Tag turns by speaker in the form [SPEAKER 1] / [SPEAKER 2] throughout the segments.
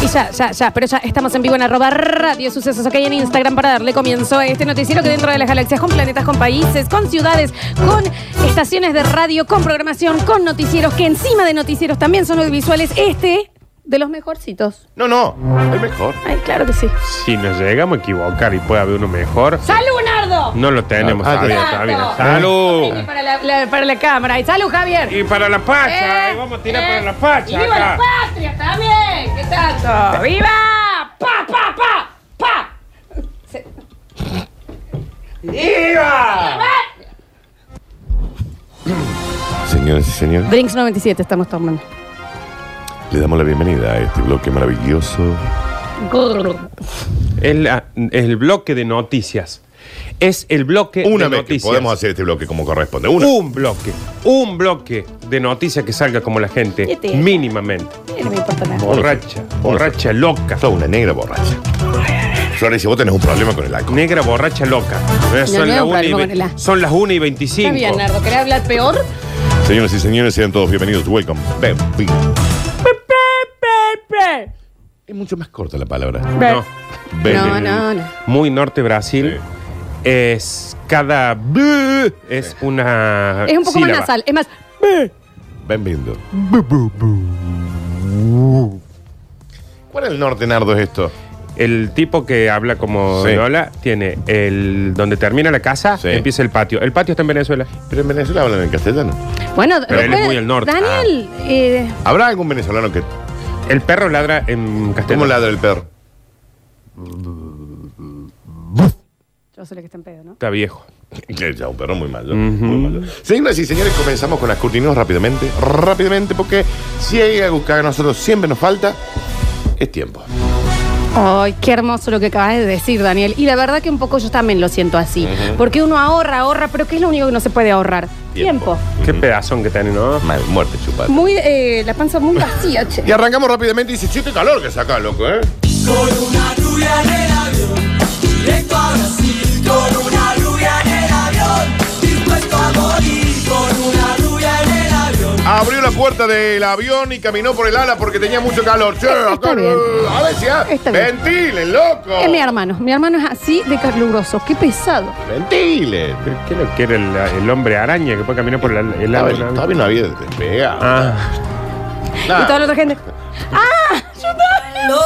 [SPEAKER 1] Y ya, ya, ya, pero ya estamos en vivo en arroba radio sucesos ok en Instagram para darle comienzo a este noticiero que dentro de las galaxias, con planetas, con países, con ciudades, con estaciones de radio, con programación, con noticieros, que encima de noticieros también son audiovisuales, este de los mejorcitos.
[SPEAKER 2] No, no, es mejor.
[SPEAKER 1] Ay, claro que sí.
[SPEAKER 3] Si nos llegamos a equivocar y puede haber uno mejor,
[SPEAKER 1] ¡Salud, Nardo!
[SPEAKER 3] no lo tenemos.
[SPEAKER 2] Ah,
[SPEAKER 3] Está bien,
[SPEAKER 1] Nardo.
[SPEAKER 3] está bien.
[SPEAKER 1] Y
[SPEAKER 3] ¡Salud!
[SPEAKER 1] Para la, la- para la cámara. Y ¡Salud, Javier!
[SPEAKER 3] Y para la pacha, y vamos a tirar
[SPEAKER 1] Eh,
[SPEAKER 3] para la
[SPEAKER 1] ¡Y
[SPEAKER 3] pacha
[SPEAKER 1] viva la
[SPEAKER 3] acá.
[SPEAKER 1] patria también! ¿Qué tanto? ¡Viva! ¡Pa, pa, pa! ¡Pa!
[SPEAKER 3] ¡Viva!
[SPEAKER 2] Señoras y señores,
[SPEAKER 1] Drinks 97 estamos tomando.
[SPEAKER 2] le damos la bienvenida a este bloque maravilloso.
[SPEAKER 3] Es, la- es el bloque de noticias. Es el bloque
[SPEAKER 2] Una vez
[SPEAKER 3] de
[SPEAKER 2] que
[SPEAKER 3] noticias.
[SPEAKER 2] podemos hacer este bloque como corresponde. Una.
[SPEAKER 3] Un bloque, un bloque de noticias que salga como la
[SPEAKER 1] ¿Qué
[SPEAKER 3] gente,
[SPEAKER 1] te-
[SPEAKER 3] mínimamente.
[SPEAKER 1] No me importa nada.
[SPEAKER 3] Borracha, borracha loca.
[SPEAKER 2] Sos una negra borracha. Florencia, vos tenés un problema con el alcohol.
[SPEAKER 3] Negra borracha loca. Eh,
[SPEAKER 1] no
[SPEAKER 3] Son,
[SPEAKER 1] es
[SPEAKER 3] las
[SPEAKER 1] un
[SPEAKER 3] una y
[SPEAKER 1] problema
[SPEAKER 3] ve-
[SPEAKER 1] con el A.
[SPEAKER 3] son las 1 y
[SPEAKER 1] Está
[SPEAKER 3] 25.
[SPEAKER 1] bien, Nardo. ¿Querés hablar peor?
[SPEAKER 2] Señoras y señores, sean todos bienvenidos. Welcome. Ben- bin. Es mucho más corta la palabra.
[SPEAKER 3] No,
[SPEAKER 2] Ben-
[SPEAKER 1] No, no, no.
[SPEAKER 3] muy norte Brasil.
[SPEAKER 2] Sí.
[SPEAKER 3] es cada blu- es una
[SPEAKER 1] Es un poco
[SPEAKER 3] sílaba.
[SPEAKER 1] más nasal. Es más,
[SPEAKER 2] Bienvenido. ¿Cuál es el norte, Nardo, es esto?
[SPEAKER 3] El tipo que habla como
[SPEAKER 2] Sí.
[SPEAKER 3] Lola tiene el donde termina la casa,
[SPEAKER 2] Sí.
[SPEAKER 3] empieza el patio. El patio está en Venezuela.
[SPEAKER 2] Pero en Venezuela hablan en castellano.
[SPEAKER 1] bueno,
[SPEAKER 3] Pero él es
[SPEAKER 1] después-
[SPEAKER 3] muy al norte. Ah.
[SPEAKER 1] Daniel, eh,
[SPEAKER 2] ¿Habrá algún venezolano que...
[SPEAKER 3] El perro ladra en castellano.
[SPEAKER 2] ¿Cómo ladra el perro?
[SPEAKER 1] yo sé lo que está en pedo, ¿no?
[SPEAKER 3] Está viejo.
[SPEAKER 2] Que Eh, Ya, un perro muy malo, muy malo. Señoras y señores, comenzamos con las cortinas rápidamente. Rápidamente, porque si hay algo que a nosotros siempre nos falta, es tiempo.
[SPEAKER 1] Ay, qué hermoso lo que acabas de decir, Daniel. Y la verdad que un poco yo también lo siento así. Porque uno ahorra, ahorra, pero ¿qué es lo único que no se puede ahorrar? Tiempo.
[SPEAKER 2] Tiempo.
[SPEAKER 3] Qué pedazón que tiene, ¿no?
[SPEAKER 2] Mal, muerte chupada.
[SPEAKER 1] Muy, eh, la panza muy vacía, che.
[SPEAKER 2] Y arrancamos rápidamente y dice, che, qué calor que saca, loco, ¿eh?
[SPEAKER 4] Con una lluvia en el avión, directo a Brasil. Con una lluvia en el avión, dispuesto a morir. Con una lluvia en el avión.
[SPEAKER 2] Abrió la puerta del avión y caminó por el ala porque tenía mucho calor. Che,
[SPEAKER 1] Está
[SPEAKER 2] acá,
[SPEAKER 1] bien.
[SPEAKER 2] eh, a ver si ah,
[SPEAKER 1] Está bien.
[SPEAKER 2] ventilen, loco.
[SPEAKER 1] Es mi hermano. Mi hermano es así de caluroso. Qué pesado.
[SPEAKER 2] Ventilen.
[SPEAKER 3] ¿Pero ¿Qué lo quiere el, el hombre araña que puede caminar por la, el
[SPEAKER 2] Estaba-
[SPEAKER 3] lado?
[SPEAKER 2] Todavía no había despegado.
[SPEAKER 3] Ah,
[SPEAKER 2] Nada.
[SPEAKER 1] Y toda la otra gente. ¡Ah! Yo también.
[SPEAKER 4] No,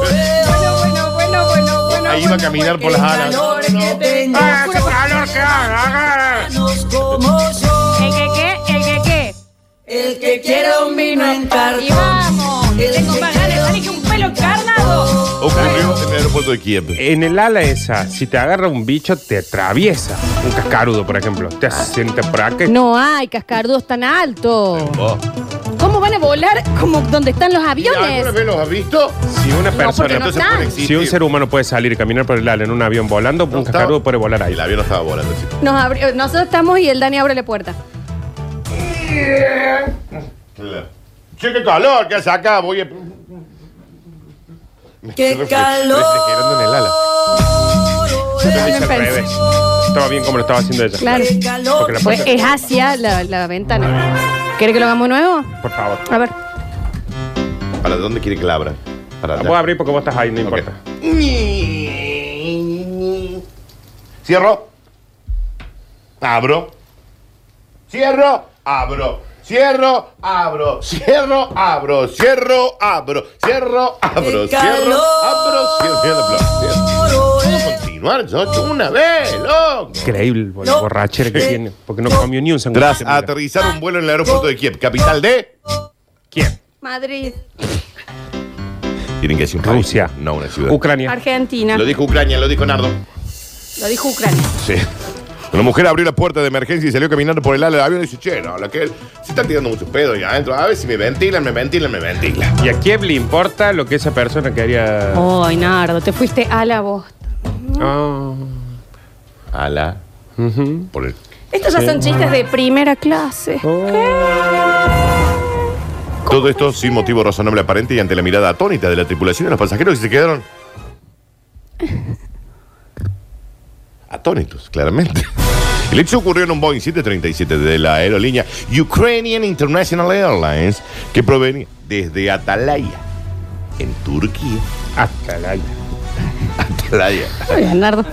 [SPEAKER 1] Bueno, bueno, bueno, bueno, bueno.
[SPEAKER 2] Ahí iba a caminar por las alas.
[SPEAKER 4] calores que tengo.
[SPEAKER 3] ¡Ah, qué calor que haga!
[SPEAKER 4] como yo.
[SPEAKER 1] ¿El que qué? ¿El que qué?
[SPEAKER 4] El que quiera un vino en
[SPEAKER 1] Y
[SPEAKER 4] cartón.
[SPEAKER 1] vamos, que tengo más ganas de salir que un pelo encarnado.
[SPEAKER 2] Ocurrió en el aeropuerto de Kiev.
[SPEAKER 3] En el ala esa, si te agarra un bicho, te atraviesa. Un cascarudo, por ejemplo. Te sienta por acá. y
[SPEAKER 1] No hay cascardos tan altos.
[SPEAKER 2] Oh.
[SPEAKER 1] ¿Cómo van a volar como donde están los
[SPEAKER 2] ¿Alguna
[SPEAKER 1] aviones?
[SPEAKER 2] vez los has visto?
[SPEAKER 3] Si una persona,
[SPEAKER 1] porque no
[SPEAKER 2] Entonces
[SPEAKER 1] están.
[SPEAKER 2] puede existir.
[SPEAKER 3] si un ser humano puede salir y caminar por el ala en un avión volando, un
[SPEAKER 2] estaba-
[SPEAKER 3] cascarudo puede volar ahí.
[SPEAKER 2] El avión no estaba volando, chicos.
[SPEAKER 1] Nos abrió- nosotros estamos y el Dani abre la puerta.
[SPEAKER 2] Che, qué calor que hace acá, voy a...
[SPEAKER 4] Qué
[SPEAKER 3] Refrigerando en el ala.
[SPEAKER 4] calor.
[SPEAKER 3] Lo hice al
[SPEAKER 1] pensé.
[SPEAKER 3] revés. Estaba bien como lo estaba haciendo ella.
[SPEAKER 1] Claro.
[SPEAKER 4] Qué calor.
[SPEAKER 3] Porque la
[SPEAKER 1] Pues
[SPEAKER 3] puerta-
[SPEAKER 1] es hacia la, la ventana. ¿Quiere que lo hagamos nuevo?
[SPEAKER 3] Por favor.
[SPEAKER 1] A ver.
[SPEAKER 2] ¿Para dónde quiere que la abra? Para
[SPEAKER 3] La
[SPEAKER 2] allá.
[SPEAKER 3] puedo abrir porque vos estás ahí, no
[SPEAKER 2] Ok.
[SPEAKER 3] importa.
[SPEAKER 2] Cierro. Abro. Cierro. Abro. Cierro, abro, cierro, abro, cierro, abro, cierro, abro,
[SPEAKER 4] ¡Qué
[SPEAKER 2] cierro, abro,
[SPEAKER 4] calor!
[SPEAKER 2] cierro, abro, cierro. ¿Puedo continuar, Chocho? Una vez, loco.
[SPEAKER 3] Increíble, bol-
[SPEAKER 4] No.
[SPEAKER 3] borrachera que
[SPEAKER 4] Sí.
[SPEAKER 3] tiene. Porque no comió ni un sándwich.
[SPEAKER 2] Tras aterrizar un vuelo en el aeropuerto de Kiev, capital de.
[SPEAKER 3] ¿Quién?
[SPEAKER 1] Madrid,
[SPEAKER 2] Tienen que decir un país,
[SPEAKER 3] Rusia.
[SPEAKER 2] No, una ciudad.
[SPEAKER 3] Ucrania.
[SPEAKER 1] Argentina.
[SPEAKER 2] Lo dijo Ucrania, lo dijo Nardo.
[SPEAKER 1] Lo dijo Ucrania.
[SPEAKER 2] Sí. Una mujer abrió la puerta de emergencia y salió caminando por el ala del avión y dice, che, no, la que se están tirando mucho pedo ya adentro. A ver si me ventilan, me ventilan, me ventilan.
[SPEAKER 3] ¿Y a quién le importa lo que esa persona quería?
[SPEAKER 1] Ay, Nardo, te fuiste a la voz.
[SPEAKER 3] Oh.
[SPEAKER 2] Ala. Por el.
[SPEAKER 1] Estos ya son chistes de primera clase.
[SPEAKER 3] Oh.
[SPEAKER 2] Todo esto sin motivo razonable aparente y ante la mirada atónita de la tripulación y los pasajeros que se quedaron. Atónitos, claramente. El hecho ocurrió en un Boeing 737 de la aerolínea Ukrainian International Airlines que provenía desde Atalaya, en Turquía.
[SPEAKER 3] Hasta la...
[SPEAKER 2] Atalaya.
[SPEAKER 1] Muy bien, Nardo.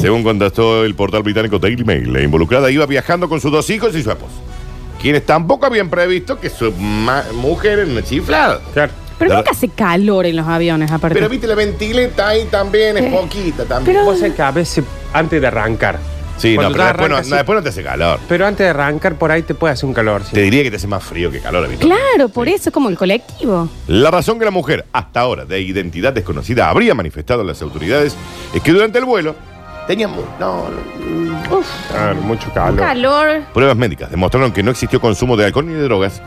[SPEAKER 2] Según contestó el portal británico Daily Mail, la involucrada iba viajando con sus dos hijos y su esposa, quienes tampoco habían previsto que su ma- mujer era una chiflada.
[SPEAKER 3] Claro.
[SPEAKER 1] Pero
[SPEAKER 2] La-
[SPEAKER 1] nunca hace calor en los aviones, aparte.
[SPEAKER 2] Pero viste, la ventileta ahí también es poquita también.
[SPEAKER 3] Vos sabés que a veces antes de arrancar.
[SPEAKER 2] Sí, no,
[SPEAKER 3] cuando
[SPEAKER 2] pero
[SPEAKER 3] ya
[SPEAKER 2] después no,
[SPEAKER 3] arrancas,
[SPEAKER 2] no,
[SPEAKER 3] sí,
[SPEAKER 2] después no te hace calor.
[SPEAKER 3] Pero antes de arrancar por ahí te puede hacer un calor. sí.
[SPEAKER 2] Te diría que te hace más frío que calor, Víctor.
[SPEAKER 1] Claro, por eso es como el colectivo.
[SPEAKER 2] La razón que la mujer, hasta ahora de identidad desconocida, habría manifestado a las autoridades es que durante el vuelo tenía mu- no, no,
[SPEAKER 1] Uf,
[SPEAKER 3] Claro, mucho
[SPEAKER 1] un
[SPEAKER 3] calor.
[SPEAKER 1] calor.
[SPEAKER 2] Pruebas médicas demostraron que no existió consumo de alcohol ni de drogas.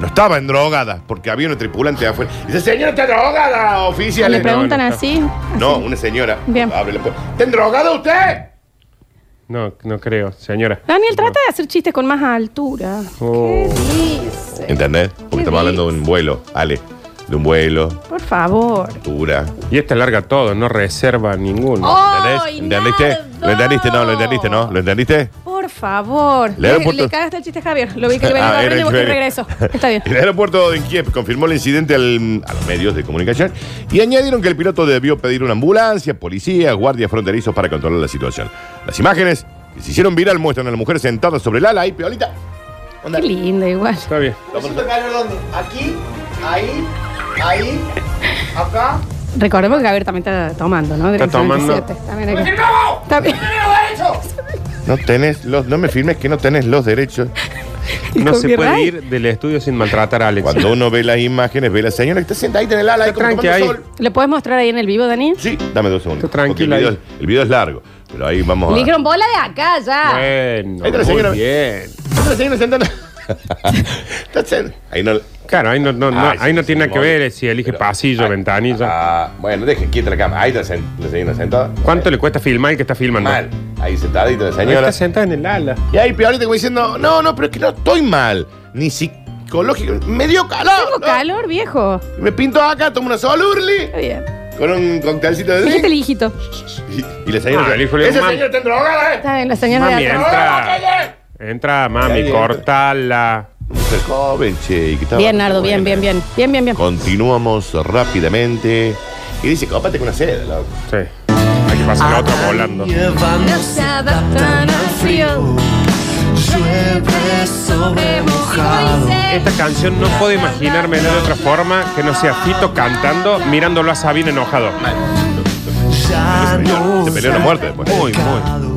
[SPEAKER 2] No estaba en drogada, porque había una tripulante afuera. Dice, señora, está drogada,
[SPEAKER 1] Le
[SPEAKER 2] oficiales. No,
[SPEAKER 1] preguntan
[SPEAKER 3] no, no.
[SPEAKER 1] así.
[SPEAKER 2] no, una señora.
[SPEAKER 1] Bien.
[SPEAKER 2] Abre la puerta. ¿Está drogada usted?
[SPEAKER 3] No, no creo, señora.
[SPEAKER 1] Daniel, trata de hacer chistes con más altura.
[SPEAKER 3] Oh.
[SPEAKER 1] Dice,
[SPEAKER 2] ¿Entendés?
[SPEAKER 1] ¿Qué
[SPEAKER 2] Porque estamos hablando de un vuelo, Ale. De un vuelo,
[SPEAKER 1] por favor.
[SPEAKER 2] altura.
[SPEAKER 3] Y esta larga todo, no reserva ninguno.
[SPEAKER 1] ¡Ay,
[SPEAKER 2] ¿Entendiste?
[SPEAKER 1] Nardo!
[SPEAKER 2] ¿Lo entendiste? No, lo entendiste, ¿no? ¿Lo entendiste?
[SPEAKER 1] Por favor.
[SPEAKER 2] Le
[SPEAKER 1] Le,
[SPEAKER 2] aeropuerto-
[SPEAKER 1] le cagaste el chiste, a Javier. Lo vi que le venía
[SPEAKER 2] Ah,
[SPEAKER 1] a
[SPEAKER 2] era
[SPEAKER 1] agarrar y
[SPEAKER 2] en
[SPEAKER 1] vos te
[SPEAKER 2] Israel.
[SPEAKER 1] regreso. Está bien.
[SPEAKER 2] El aeropuerto de Kiev confirmó el incidente al- a los medios de comunicación y añadieron que el piloto debió pedir una ambulancia, policía, guardias fronterizos para controlar la situación. Las imágenes que se hicieron viral muestran a la mujer sentada sobre el ala ahí, peolita.
[SPEAKER 1] Qué lindo, igual.
[SPEAKER 3] Está bien.
[SPEAKER 5] ¿Me siento calor dónde? Aquí, ahí, ahí, acá.
[SPEAKER 1] Recordemos que Javier también está tomando, ¿no?
[SPEAKER 3] Está tomando.
[SPEAKER 1] Está bien acá. Está bien.
[SPEAKER 2] No tenés los, no me firmes que no tenés los derechos.
[SPEAKER 3] No
[SPEAKER 1] Con
[SPEAKER 3] se
[SPEAKER 1] mi
[SPEAKER 3] puede
[SPEAKER 1] raíz.
[SPEAKER 3] ir del estudio sin maltratar a Alex.
[SPEAKER 2] Cuando uno ve las imágenes, ve a la señora que está sentada ahí en el ala ahí
[SPEAKER 3] Está
[SPEAKER 2] como
[SPEAKER 3] tranqui
[SPEAKER 2] tomando
[SPEAKER 3] ahí.
[SPEAKER 2] sol.
[SPEAKER 1] ¿Le puedes mostrar ahí en el vivo, Dani?
[SPEAKER 2] Sí, dame dos segundos.
[SPEAKER 3] Está tranquila
[SPEAKER 2] porque el,
[SPEAKER 3] ahí.
[SPEAKER 2] video, el video es largo, pero ahí vamos
[SPEAKER 1] Le
[SPEAKER 2] a.
[SPEAKER 1] dijeron bola de acá ya.
[SPEAKER 3] Bueno,
[SPEAKER 2] Ahí está la
[SPEAKER 3] muy
[SPEAKER 2] señora.
[SPEAKER 3] bien.
[SPEAKER 2] Otra señora sentada. Está sen- ahí no.
[SPEAKER 3] Claro, ahí no, no, no-
[SPEAKER 2] Ay,
[SPEAKER 3] ahí no
[SPEAKER 2] Ah, sí,
[SPEAKER 3] tiene
[SPEAKER 2] sí,
[SPEAKER 3] nada que
[SPEAKER 2] voy.
[SPEAKER 3] ver eh, si elige
[SPEAKER 2] Pero-
[SPEAKER 3] pasillo,
[SPEAKER 2] ay,
[SPEAKER 3] ventanilla.
[SPEAKER 2] Ah, bueno, dejen quieta la cámara. Ahí está sen- la señora sentada.
[SPEAKER 3] ¿Cuánto le cuesta filmar el que está filmando?
[SPEAKER 2] Mal. Ahí sentadita la
[SPEAKER 3] Ahí
[SPEAKER 2] señora.
[SPEAKER 3] Está sentada en el ala.
[SPEAKER 2] Y ahí Piolita como diciendo, no, no, pero es que no estoy mal. Ni psicológico. Me dio calor.
[SPEAKER 1] Tengo
[SPEAKER 2] ¿no?
[SPEAKER 1] calor, viejo.
[SPEAKER 2] Me pinto acá, tomo una sola urli.
[SPEAKER 1] Está bien.
[SPEAKER 2] Con un coctelcito de
[SPEAKER 1] Fíjate el
[SPEAKER 2] drink.
[SPEAKER 1] hijito.
[SPEAKER 2] Y, y la señora.
[SPEAKER 3] Ah, el hijo le dijo,
[SPEAKER 2] Esa
[SPEAKER 3] "Mam".
[SPEAKER 2] señora está drogada, ¿eh?
[SPEAKER 1] Está bien, la señora
[SPEAKER 3] Mami,
[SPEAKER 1] de atrás.
[SPEAKER 3] entra. Entra,
[SPEAKER 2] Ahí
[SPEAKER 3] mami,
[SPEAKER 2] entra.
[SPEAKER 3] cortala.
[SPEAKER 2] Mujer joven, che. y que estaba
[SPEAKER 1] Bien, Nardo, bien, bien,
[SPEAKER 2] buena.
[SPEAKER 1] bien. Bien, bien, bien.
[SPEAKER 2] Continuamos rápidamente. Y dice, cópate con una seda, loco.
[SPEAKER 3] Sí. Hay que pasar la otra volando.
[SPEAKER 1] No se adaptan al frío.
[SPEAKER 4] Llueve sobre mojado.
[SPEAKER 3] Esta canción no puedo imaginarme de otra forma que no sea Fito cantando, mirándolo a Sabine enojado.
[SPEAKER 4] Ya no
[SPEAKER 2] Se peleó la muerte después.
[SPEAKER 3] Muy, muy.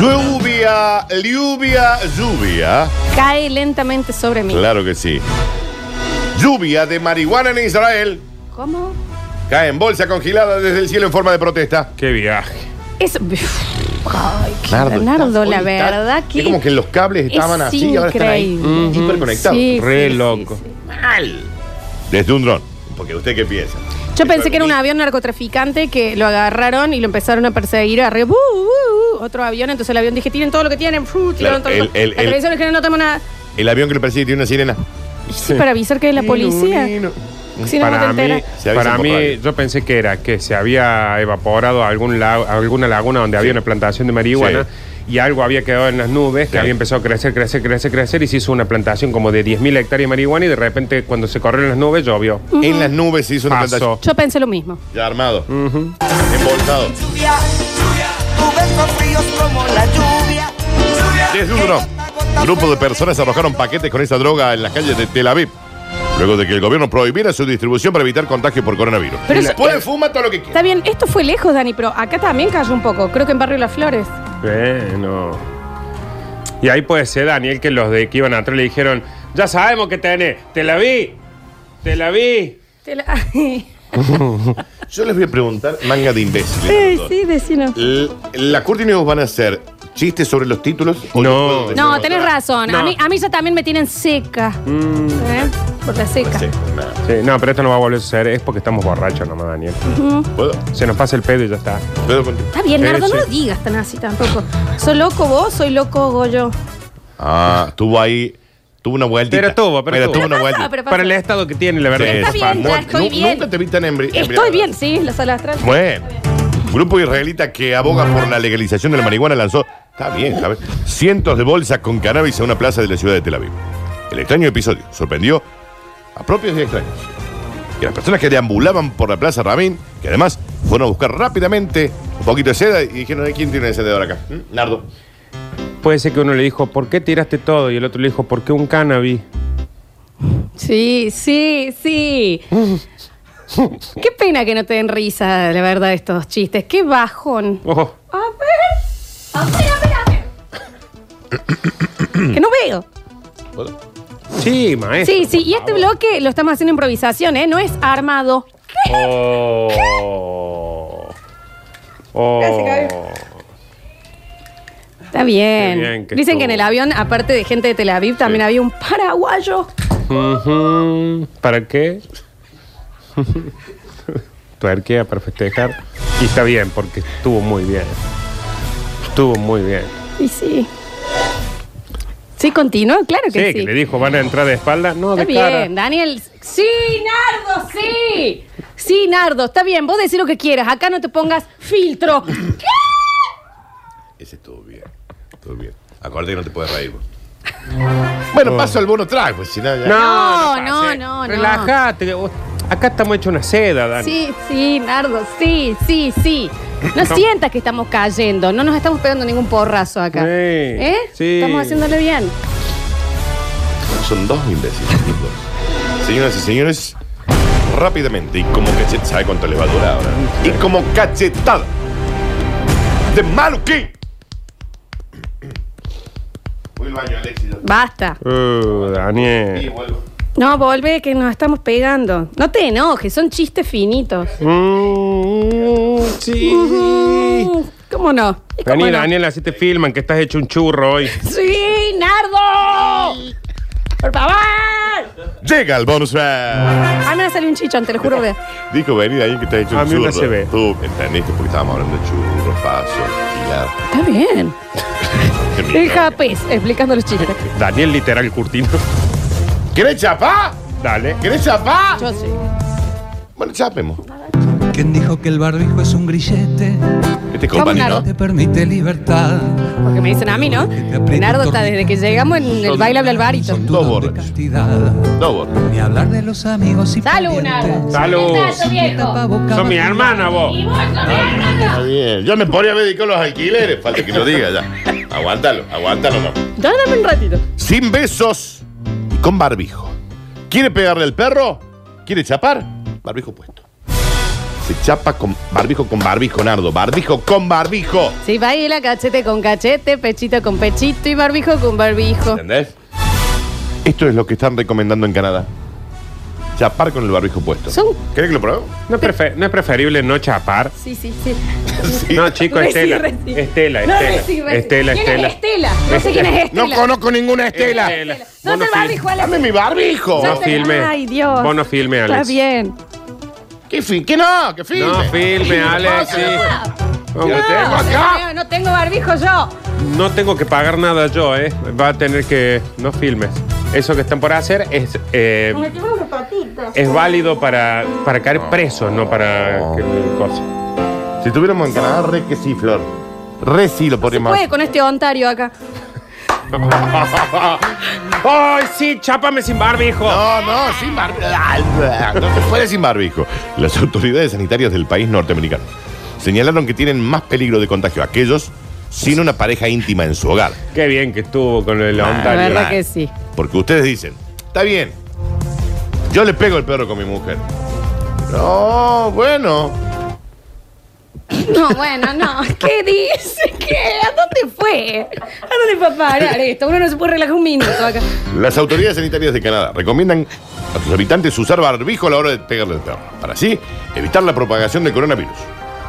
[SPEAKER 2] Lluvia, lluvia, lluvia.
[SPEAKER 1] Cae lentamente sobre mí.
[SPEAKER 2] Claro que sí. Lluvia de marihuana en Israel.
[SPEAKER 1] ¿Cómo?
[SPEAKER 2] Cae en bolsa congelada desde el cielo en forma de protesta.
[SPEAKER 3] Qué viaje.
[SPEAKER 1] Es. Ay, qué Nardo,
[SPEAKER 2] estás-
[SPEAKER 1] la
[SPEAKER 2] hoy
[SPEAKER 1] verdad
[SPEAKER 2] estás-
[SPEAKER 1] que.
[SPEAKER 2] Es como que los cables estaban
[SPEAKER 1] es
[SPEAKER 2] así y ahora están ahí.
[SPEAKER 1] increíble.
[SPEAKER 2] Hiperconectados.
[SPEAKER 1] Sí,
[SPEAKER 3] Re
[SPEAKER 1] sí, sí,
[SPEAKER 3] loco.
[SPEAKER 1] sí.
[SPEAKER 2] Mal. Desde un dron. Porque usted qué piensa.
[SPEAKER 1] Yo pensé que era un avión narcotraficante que lo agarraron y lo empezaron a perseguir arriba. ¡bu, bu, bu! Otro avión, entonces el avión dije, tienen todo lo que tienen. ¡fu!
[SPEAKER 2] Claro,
[SPEAKER 1] tiraron todo.
[SPEAKER 2] el- el-
[SPEAKER 1] la
[SPEAKER 2] el-
[SPEAKER 1] televisión dijeron, no tenemos nada.
[SPEAKER 2] El avión que lo persigue tiene una sirena.
[SPEAKER 1] Y sí, para avisar que es la policía. Si no, no te
[SPEAKER 3] Para mí,
[SPEAKER 1] enteras.
[SPEAKER 2] Se avisa
[SPEAKER 3] para
[SPEAKER 2] por
[SPEAKER 3] mí
[SPEAKER 2] radio.
[SPEAKER 3] yo pensé que era que se había evaporado algún lago- alguna laguna donde había una plantación de marihuana y algo había quedado en las nubes que
[SPEAKER 2] Sí.
[SPEAKER 3] había empezado a crecer, crecer, crecer, crecer y se hizo una plantación como de 10.000 hectáreas de marihuana y de repente cuando se corrieron las nubes llovió.
[SPEAKER 1] Mm.
[SPEAKER 2] En las nubes se hizo una
[SPEAKER 3] Pasó.
[SPEAKER 2] plantación.
[SPEAKER 1] Yo pensé lo mismo.
[SPEAKER 2] Ya armado. Embolsado.
[SPEAKER 5] Lluvia, lluvia, tus besos fríos como la lluvia.
[SPEAKER 2] Desde un dron, grupo de personas arrojaron paquetes con esa droga en las calles de Tel Aviv. Luego de que el gobierno prohibiera su distribución para evitar contagio por coronavirus.
[SPEAKER 1] Pero
[SPEAKER 2] Y
[SPEAKER 1] eso-
[SPEAKER 2] Pueden fumar todo lo que
[SPEAKER 1] Está
[SPEAKER 2] quieran.
[SPEAKER 1] bien, esto fue lejos, Dani, pero acá también cayó un poco. Creo que en Barrio Las Flores.
[SPEAKER 3] Bueno. Y ahí puede ser, Daniel, que los de que iban atrás le dijeron, ya sabemos que tenés, te la vi, te la vi.
[SPEAKER 1] Te la- Ay,
[SPEAKER 2] Yo les voy a preguntar, manga de imbéciles. a los dos.
[SPEAKER 1] sí, vecino.
[SPEAKER 2] L- La Curti News van a ser chistes sobre los títulos? ¿O
[SPEAKER 3] No.
[SPEAKER 2] puedo decir
[SPEAKER 1] No,
[SPEAKER 2] otra?
[SPEAKER 1] tenés razón. A,
[SPEAKER 3] No. Mm.
[SPEAKER 1] mí, a mí ya también me tienen seca.
[SPEAKER 2] Mm.
[SPEAKER 1] ¿Eh? Por la seca.
[SPEAKER 2] Sí, nada.
[SPEAKER 3] Sí, no, pero esto no va a volver a suceder. Es porque estamos borrachos nomás, Daniel.
[SPEAKER 2] ¿Puedo?
[SPEAKER 3] Se nos pasa el pedo y ya está.
[SPEAKER 2] ¿Puedo contar?
[SPEAKER 1] Está bien,
[SPEAKER 3] Eh,
[SPEAKER 1] Nardo, no
[SPEAKER 3] sí.
[SPEAKER 1] lo digas tan así tampoco. ¿Soy loco vos? ¿Soy loco Goyo?
[SPEAKER 2] Ah, estuvo ahí. Tuvo una vueltita.
[SPEAKER 3] Pero tuvo, pero
[SPEAKER 2] Mira,
[SPEAKER 3] tuvo.
[SPEAKER 2] tuvo una
[SPEAKER 1] Pero pasa,
[SPEAKER 2] vuelta.
[SPEAKER 1] pero pasa.
[SPEAKER 3] Para el estado que tiene, la verdad.
[SPEAKER 1] Pero está
[SPEAKER 3] es
[SPEAKER 1] bien,
[SPEAKER 3] famoso.
[SPEAKER 1] ya estoy bien.
[SPEAKER 2] Nunca te vi tan embri-
[SPEAKER 1] Estoy
[SPEAKER 2] embriagado.
[SPEAKER 1] bien, sí, la sala astral.
[SPEAKER 2] Bueno, grupo israelita que aboga por la legalización de la marihuana lanzó, está bien, Javier, cientos de bolsas con cannabis a una plaza de la ciudad de Tel Aviv. El extraño episodio sorprendió a propios y extraños. Y a las personas que deambulaban por la plaza Ramín, que además fueron a buscar rápidamente un poquito de seda y dijeron, "¿Eh, ¿quién tiene encendedor acá? ¿Mm? Nardo.
[SPEAKER 3] Puede ser que uno le dijo, ¿por qué tiraste todo? Y el otro le dijo, ¿por qué un cannabis?
[SPEAKER 1] Sí, sí, sí. Qué pena que no te den risa, la verdad, estos chistes. Qué bajón.
[SPEAKER 3] Ojo.
[SPEAKER 1] A ver. A ver, a ver, a ver. que no veo.
[SPEAKER 3] Sí, maestro.
[SPEAKER 1] Sí, sí, y este bloque lo estamos haciendo improvisación, ¿eh? No es armado.
[SPEAKER 3] Oh. Oh.
[SPEAKER 1] Gracias, Gaby. Está bien.
[SPEAKER 3] Qué bien que
[SPEAKER 1] Dicen que en
[SPEAKER 3] estuvo.
[SPEAKER 1] el avión, aparte de gente de Tel Aviv, también
[SPEAKER 3] Sí.
[SPEAKER 1] había un paraguayo.
[SPEAKER 3] Ujú. ¿Para qué? Tuerquea para festejar. Y está bien, porque estuvo muy bien. Estuvo muy bien.
[SPEAKER 1] Y sí. Sí, continúa, claro
[SPEAKER 3] Sí,
[SPEAKER 1] que sí.
[SPEAKER 3] que le dijo, van a entrar de espalda. No,
[SPEAKER 1] Está
[SPEAKER 3] de cara.
[SPEAKER 1] bien, Daniel. Sí, Nardo, sí. Sí, Nardo, está bien. Vos decís lo que quieras. Acá no te pongas filtro.
[SPEAKER 2] Ese estuvo bien, estuvo bien. Acordé que no te puedes reír vos. Bueno, paso al bono track, pues si no, ya-
[SPEAKER 1] No,
[SPEAKER 3] pase.
[SPEAKER 1] no, no, no.
[SPEAKER 3] Relájate. que vos- Acá estamos hechos una seda, Dani.
[SPEAKER 1] Sí, sí, Nardo, sí, sí, sí. No,
[SPEAKER 3] No.
[SPEAKER 1] sientas que estamos cayendo. No nos estamos pegando ningún porrazo acá.
[SPEAKER 3] Sí,
[SPEAKER 1] ¿Eh?
[SPEAKER 3] sí.
[SPEAKER 1] Estamos haciéndole bien.
[SPEAKER 2] Son dos imbéciles. dos. Señoras y señores, rápidamente y como cachetada, ¿sabe cuánto le va a durar ahora? Y como cachetada de Maluquín. Voy al baño, Alexis.
[SPEAKER 1] Basta.
[SPEAKER 3] Uh,
[SPEAKER 2] Y
[SPEAKER 3] Daniel.
[SPEAKER 2] vuelvo.
[SPEAKER 1] No, volvé, que nos estamos pegando. No te enojes, son chistes finitos.
[SPEAKER 3] Mm, sí.
[SPEAKER 1] Mm, ¿Cómo no? ¿Y cómo
[SPEAKER 3] Vení,
[SPEAKER 1] no?
[SPEAKER 3] Daniel, así te filman que estás hecho un churro hoy.
[SPEAKER 1] ¡Sí, Nardo! ¡Por favor!
[SPEAKER 2] Llega el bonus track.
[SPEAKER 1] A mí me salió un chichón, te lo juro. que-
[SPEAKER 2] Dijo venir ahí que te ha hecho
[SPEAKER 3] A
[SPEAKER 2] un
[SPEAKER 3] mí
[SPEAKER 2] churro.
[SPEAKER 3] no se ve.
[SPEAKER 2] Tú entendiste porque estábamos hablando de churro, paso, pilar.
[SPEAKER 1] Está bien. Deja pez explicando los chistes.
[SPEAKER 3] Daniel, literal, curtino.
[SPEAKER 2] ¿Querés chapá?
[SPEAKER 3] Dale.
[SPEAKER 2] ¿Querés chapá?
[SPEAKER 1] Yo sí.
[SPEAKER 2] Bueno, chapemos.
[SPEAKER 6] ¿Quién dijo que el barbijo es un grillete?
[SPEAKER 2] Este es company,
[SPEAKER 1] Nardo.
[SPEAKER 2] ¿no?
[SPEAKER 6] Te permite libertad.
[SPEAKER 1] Porque me dicen a mí, ¿no? Nardo está desde que llegamos en el baile habla el barito.
[SPEAKER 6] Son tu
[SPEAKER 2] Dos
[SPEAKER 6] don de
[SPEAKER 2] borrachos.
[SPEAKER 6] castidad.
[SPEAKER 2] Double.
[SPEAKER 6] Ni hablar de los amigos y
[SPEAKER 1] ¡Salud, Nardo!
[SPEAKER 6] parientes.
[SPEAKER 3] Salud.
[SPEAKER 6] Tapabocas,
[SPEAKER 3] Son mi hermana, vos.
[SPEAKER 2] Está bien. Yo me podría haber dedicado a los alquileres. Falta que lo diga ya. Aguántalo, aguántalo, mamá.
[SPEAKER 1] Ya, dame un ratito.
[SPEAKER 2] Sin besos y con barbijo. ¿Quiere pegarle al perro? ¿Quiere chapar? Barbijo puesto. Se chapa con barbijo con barbijo, Nardo. Barbijo con barbijo.
[SPEAKER 1] Sí, baila cachete con cachete, pechito con pechito y barbijo con barbijo.
[SPEAKER 2] ¿Entendés? Esto es lo que están recomendando en Canadá. Chapar con el barbijo puesto.
[SPEAKER 1] Son-
[SPEAKER 2] ¿Querés que lo probemos?
[SPEAKER 3] No, es prefe- no es preferible no chapar.
[SPEAKER 1] Sí, sí, sí.
[SPEAKER 2] Sí.
[SPEAKER 3] No, chico,
[SPEAKER 1] Reci,
[SPEAKER 3] Estela.
[SPEAKER 1] reci.
[SPEAKER 3] Estela,
[SPEAKER 1] No,
[SPEAKER 3] Estela.
[SPEAKER 1] reci, reci.
[SPEAKER 3] Estela,
[SPEAKER 1] ¿Quién
[SPEAKER 3] Estela.
[SPEAKER 1] es Estela? No sé quién es Estela. Eh,
[SPEAKER 2] No conozco ninguna Estela.
[SPEAKER 3] Estela.
[SPEAKER 1] ¿Dónde
[SPEAKER 3] Vos
[SPEAKER 1] va,
[SPEAKER 3] fil-
[SPEAKER 1] dijo Alex?
[SPEAKER 2] Dame mi barbijo.
[SPEAKER 3] No filme.
[SPEAKER 1] Ay, Dios.
[SPEAKER 3] Vos no filme, Alex.
[SPEAKER 1] Está bien.
[SPEAKER 2] ¿Qué, fin? ¿Qué no? ¿Qué filme?
[SPEAKER 3] No filme, Alex. sí. Hombre,
[SPEAKER 2] No.
[SPEAKER 3] te-
[SPEAKER 2] Vengo acá.
[SPEAKER 1] No tengo barbijo yo.
[SPEAKER 3] No tengo que pagar nada yo, ¿eh? Va a tener que... No filmes. Eso que están por hacer es... eh, es válido para, para caer preso, no para... que- cosa.
[SPEAKER 2] Si tuviéramos en Canadá, re que sí, Flor. Re sí lo
[SPEAKER 1] Se
[SPEAKER 2] podríamos
[SPEAKER 1] puede con este Ontario acá.
[SPEAKER 3] ¡Ay, sí! ¡Chápame sin barbijo!
[SPEAKER 2] No, no, sin barbijo. No se puede sin barbijo. Las autoridades sanitarias del país norteamericano señalaron que tienen más peligro de contagio aquellos sin una pareja íntima en su hogar.
[SPEAKER 3] Qué bien que estuvo con el
[SPEAKER 1] La
[SPEAKER 3] Ontario.
[SPEAKER 1] verdad que sí.
[SPEAKER 2] Porque ustedes dicen, está bien, yo le pego el perro con mi mujer. No, bueno.
[SPEAKER 1] No, bueno, no. ¿Qué dice? ¿Qué? ¿A dónde fue? ¿A dónde fue a parar esto? Uno no se puede relajar un minuto acá.
[SPEAKER 2] Las autoridades sanitarias de Canadá recomiendan a sus habitantes usar barbijo a la hora de pegarle al perro, para así evitar la propagación del coronavirus.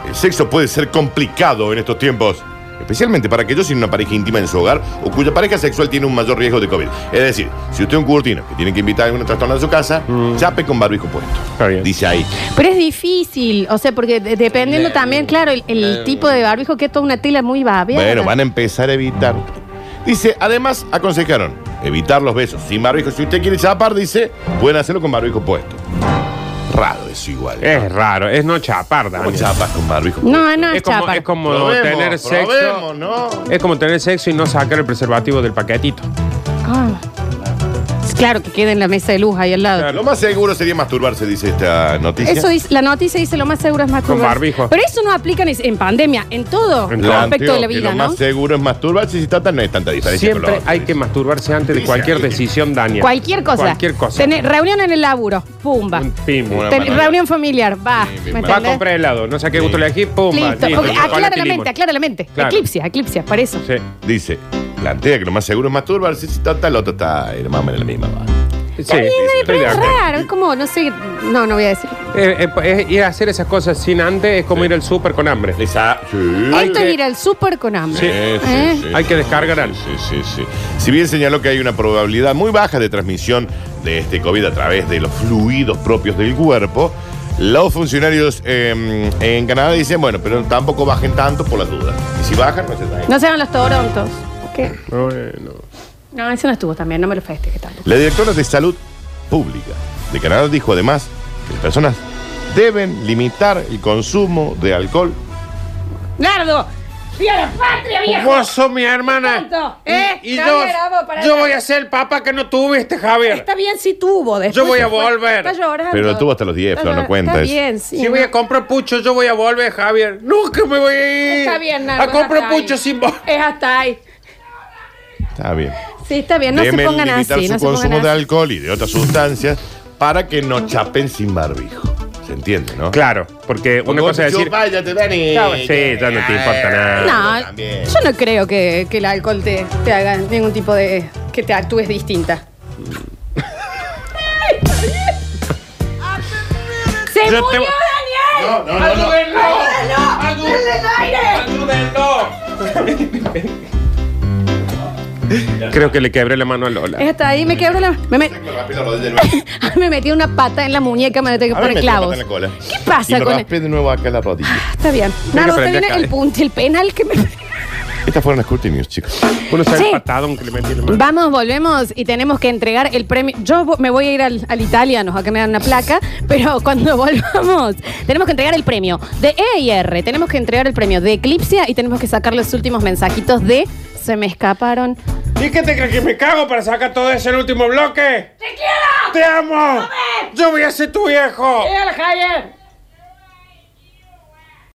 [SPEAKER 2] El sexo puede ser complicado en estos tiempos especialmente para aquellos sin una pareja íntima en su hogar o cuya pareja sexual tiene un mayor riesgo de COVID. Es decir, si usted es un curtino que tiene que invitar a alguna trastorno a su casa, chape con barbijo puesto.
[SPEAKER 3] Mm. Está bien.
[SPEAKER 2] Dice ahí.
[SPEAKER 1] Pero es difícil, o sea, porque de- dependiendo también, claro, el, el tipo de barbijo, que es toda una tela muy babeada.
[SPEAKER 2] Bueno, van a empezar a evitar. Dice, además, aconsejaron evitar los besos sin barbijo. Si usted quiere chapar, dice, pueden hacerlo con barbijo puesto. Raro eso igual. ¿no?
[SPEAKER 3] Es raro, es no chapar,
[SPEAKER 2] ¿Cómo
[SPEAKER 3] Daniel.
[SPEAKER 2] chapas con barbijo puesto?
[SPEAKER 1] No, no,
[SPEAKER 3] Es
[SPEAKER 1] es
[SPEAKER 3] como,
[SPEAKER 1] chapa.
[SPEAKER 3] es como
[SPEAKER 2] Probemos,
[SPEAKER 3] tener sexo.
[SPEAKER 2] probemos, ¿no?
[SPEAKER 3] Es como tener sexo y no sacar el preservativo del paquetito.
[SPEAKER 1] Ah. Claro que queda en la mesa de luz ahí al lado.
[SPEAKER 3] Claro.
[SPEAKER 2] Lo más seguro sería masturbarse, dice esta noticia.
[SPEAKER 1] Eso dice- la noticia dice lo más seguro es masturbarse.
[SPEAKER 3] barbijo.
[SPEAKER 1] Pero eso no aplica ni- en pandemia, en todo
[SPEAKER 3] En
[SPEAKER 1] en
[SPEAKER 3] todo.
[SPEAKER 1] aspecto de
[SPEAKER 2] Planteo que
[SPEAKER 1] la vida,
[SPEAKER 2] Lo
[SPEAKER 1] ¿no?
[SPEAKER 2] más seguro es masturbarse si tanta no es tanta diferencia. con lo
[SPEAKER 3] Siempre
[SPEAKER 2] otro,
[SPEAKER 3] hay
[SPEAKER 2] dice.
[SPEAKER 3] que masturbarse antes de
[SPEAKER 2] Dice
[SPEAKER 3] cualquier
[SPEAKER 2] ahí.
[SPEAKER 3] decisión, Daniel.
[SPEAKER 1] Cualquier cosa.
[SPEAKER 3] Cualquier cosa.
[SPEAKER 1] Tené- reunión en el laburo, pumba.
[SPEAKER 3] Un pim.
[SPEAKER 2] Una
[SPEAKER 1] Ten-
[SPEAKER 2] maravilla.
[SPEAKER 1] reunión familiar, va.
[SPEAKER 2] Sí,
[SPEAKER 1] ¿Me
[SPEAKER 2] bien,
[SPEAKER 3] Va a
[SPEAKER 1] entendés?
[SPEAKER 3] comprar helado, no sé qué gusto
[SPEAKER 2] Sí.
[SPEAKER 3] elegí, pum, va,
[SPEAKER 1] Listo.
[SPEAKER 3] listo,
[SPEAKER 1] Ok,
[SPEAKER 3] chocolate
[SPEAKER 1] aclara la
[SPEAKER 3] y limón.
[SPEAKER 1] mente, aclara la mente.
[SPEAKER 3] Claro.
[SPEAKER 1] Eclipsia, eclipsia, para eso.
[SPEAKER 3] Sí.
[SPEAKER 2] Dice, plantea que lo más seguro es masturbarse si tanta la otra está eh, más o menos en la misma. va.
[SPEAKER 3] Sí,
[SPEAKER 2] Está bien, Dani,
[SPEAKER 3] estoy de
[SPEAKER 1] Es
[SPEAKER 3] acuerdo.
[SPEAKER 1] raro, es como, no sé, no, no voy a decir.
[SPEAKER 3] Eh, eh, eh, ir a hacer esas cosas sin antes es como ir al súper con hambre.
[SPEAKER 2] Esa- Sí.
[SPEAKER 1] Esto es ir al súper con hambre.
[SPEAKER 3] Sí.
[SPEAKER 1] ¿Eh?
[SPEAKER 3] Hay que descargar algo.
[SPEAKER 2] Sí, sí, sí. Si bien señaló que hay una probabilidad muy baja de transmisión de este COVID a través de los fluidos propios del cuerpo, los funcionarios eh, en Canadá dicen, bueno, pero tampoco bajen tanto por las dudas. Y si bajan, no se traen.
[SPEAKER 1] No sean los torontos. ¿Qué?
[SPEAKER 3] Bueno.
[SPEAKER 1] No, eso no estuvo también, no me lo festeje tampoco.
[SPEAKER 2] La directora de Salud Pública de Canadá dijo además que las personas deben limitar el consumo de alcohol.
[SPEAKER 1] ¡Lardo! ¡Viva la patria, viejo!
[SPEAKER 3] Vos sos mi hermana.
[SPEAKER 1] Tanto,
[SPEAKER 3] Y-
[SPEAKER 1] ¿eh?
[SPEAKER 3] Y, yo,
[SPEAKER 1] Javier, vamos para
[SPEAKER 3] yo
[SPEAKER 1] allá.
[SPEAKER 3] voy a ser el papá que no tuviste, Javier.
[SPEAKER 1] Está bien si tuvo después.
[SPEAKER 3] Yo voy a
[SPEAKER 1] se fue.
[SPEAKER 3] volver.
[SPEAKER 1] Está llorando.
[SPEAKER 2] Pero lo tuvo hasta los 10,
[SPEAKER 1] Está
[SPEAKER 2] Flor, no
[SPEAKER 1] llorando.
[SPEAKER 2] cuenta
[SPEAKER 1] Está
[SPEAKER 2] eso.
[SPEAKER 1] bien, sí.
[SPEAKER 3] si voy a comprar pucho, yo voy a volver, Javier. Nunca me voy a ir.
[SPEAKER 1] Está bien, Nardo,
[SPEAKER 3] A comprar
[SPEAKER 1] hasta ahí.
[SPEAKER 3] pucho sin vos.
[SPEAKER 1] Es hasta ahí.
[SPEAKER 2] Está bien.
[SPEAKER 1] Sí, está bien, no se
[SPEAKER 2] deben
[SPEAKER 1] pongan
[SPEAKER 2] limitar
[SPEAKER 1] así.
[SPEAKER 2] su
[SPEAKER 1] No se
[SPEAKER 2] consumo
[SPEAKER 1] pongan
[SPEAKER 2] de
[SPEAKER 1] así.
[SPEAKER 2] alcohol y de otras sustancias para que no chapen sin barbijo. ¿Se entiende, no?
[SPEAKER 3] Claro, porque una cosa es decir.
[SPEAKER 2] Váyate, Dani.
[SPEAKER 3] Chau, sí, ya no te importa nada.
[SPEAKER 1] No,
[SPEAKER 2] eh, También.
[SPEAKER 1] yo no creo que, que el alcohol te, te haga ningún tipo de. que te actúes distinta. ¡Se
[SPEAKER 3] Yo
[SPEAKER 1] murió
[SPEAKER 3] te-
[SPEAKER 1] Daniel!
[SPEAKER 2] No, no, no, no.
[SPEAKER 3] Oh. Creo que le quebré la mano a Lola.
[SPEAKER 1] Es hasta ahí, me quebró la. Me, me-
[SPEAKER 2] Me raspé la rodilla de nuevo.
[SPEAKER 1] me metí una pata en la muñeca, me la tengo que
[SPEAKER 2] A ver,
[SPEAKER 1] poner
[SPEAKER 2] me
[SPEAKER 1] clavos.
[SPEAKER 2] en la cola.
[SPEAKER 1] ¿Qué pasa
[SPEAKER 2] y me
[SPEAKER 1] con
[SPEAKER 2] raspé de nuevo acá la rodilla.
[SPEAKER 1] Está bien. Nardo, te
[SPEAKER 3] aprender
[SPEAKER 1] viene
[SPEAKER 3] acá,
[SPEAKER 1] el
[SPEAKER 3] eh.
[SPEAKER 1] punto, el penal que me.
[SPEAKER 2] Estas fueron las Curti News, chicos.
[SPEAKER 3] Uno se ha
[SPEAKER 1] Sí.
[SPEAKER 3] empatado aunque le metí la mano.
[SPEAKER 1] Vamos, volvemos y tenemos que entregar el premio. Yo vo- me voy a ir al, al italiano, a que me dan una placa, pero cuando volvamos, tenemos que entregar el premio de EIR, tenemos que entregar el premio de Eclipsia y tenemos que sacar los últimos mensajitos de Se me escaparon.
[SPEAKER 3] ¿Y qué te crees que me cago para sacar todo eso en el último bloque? ¡Te quiero! ¡Te amo! ¡Yo voy a ser tu viejo!
[SPEAKER 1] ¡Javier!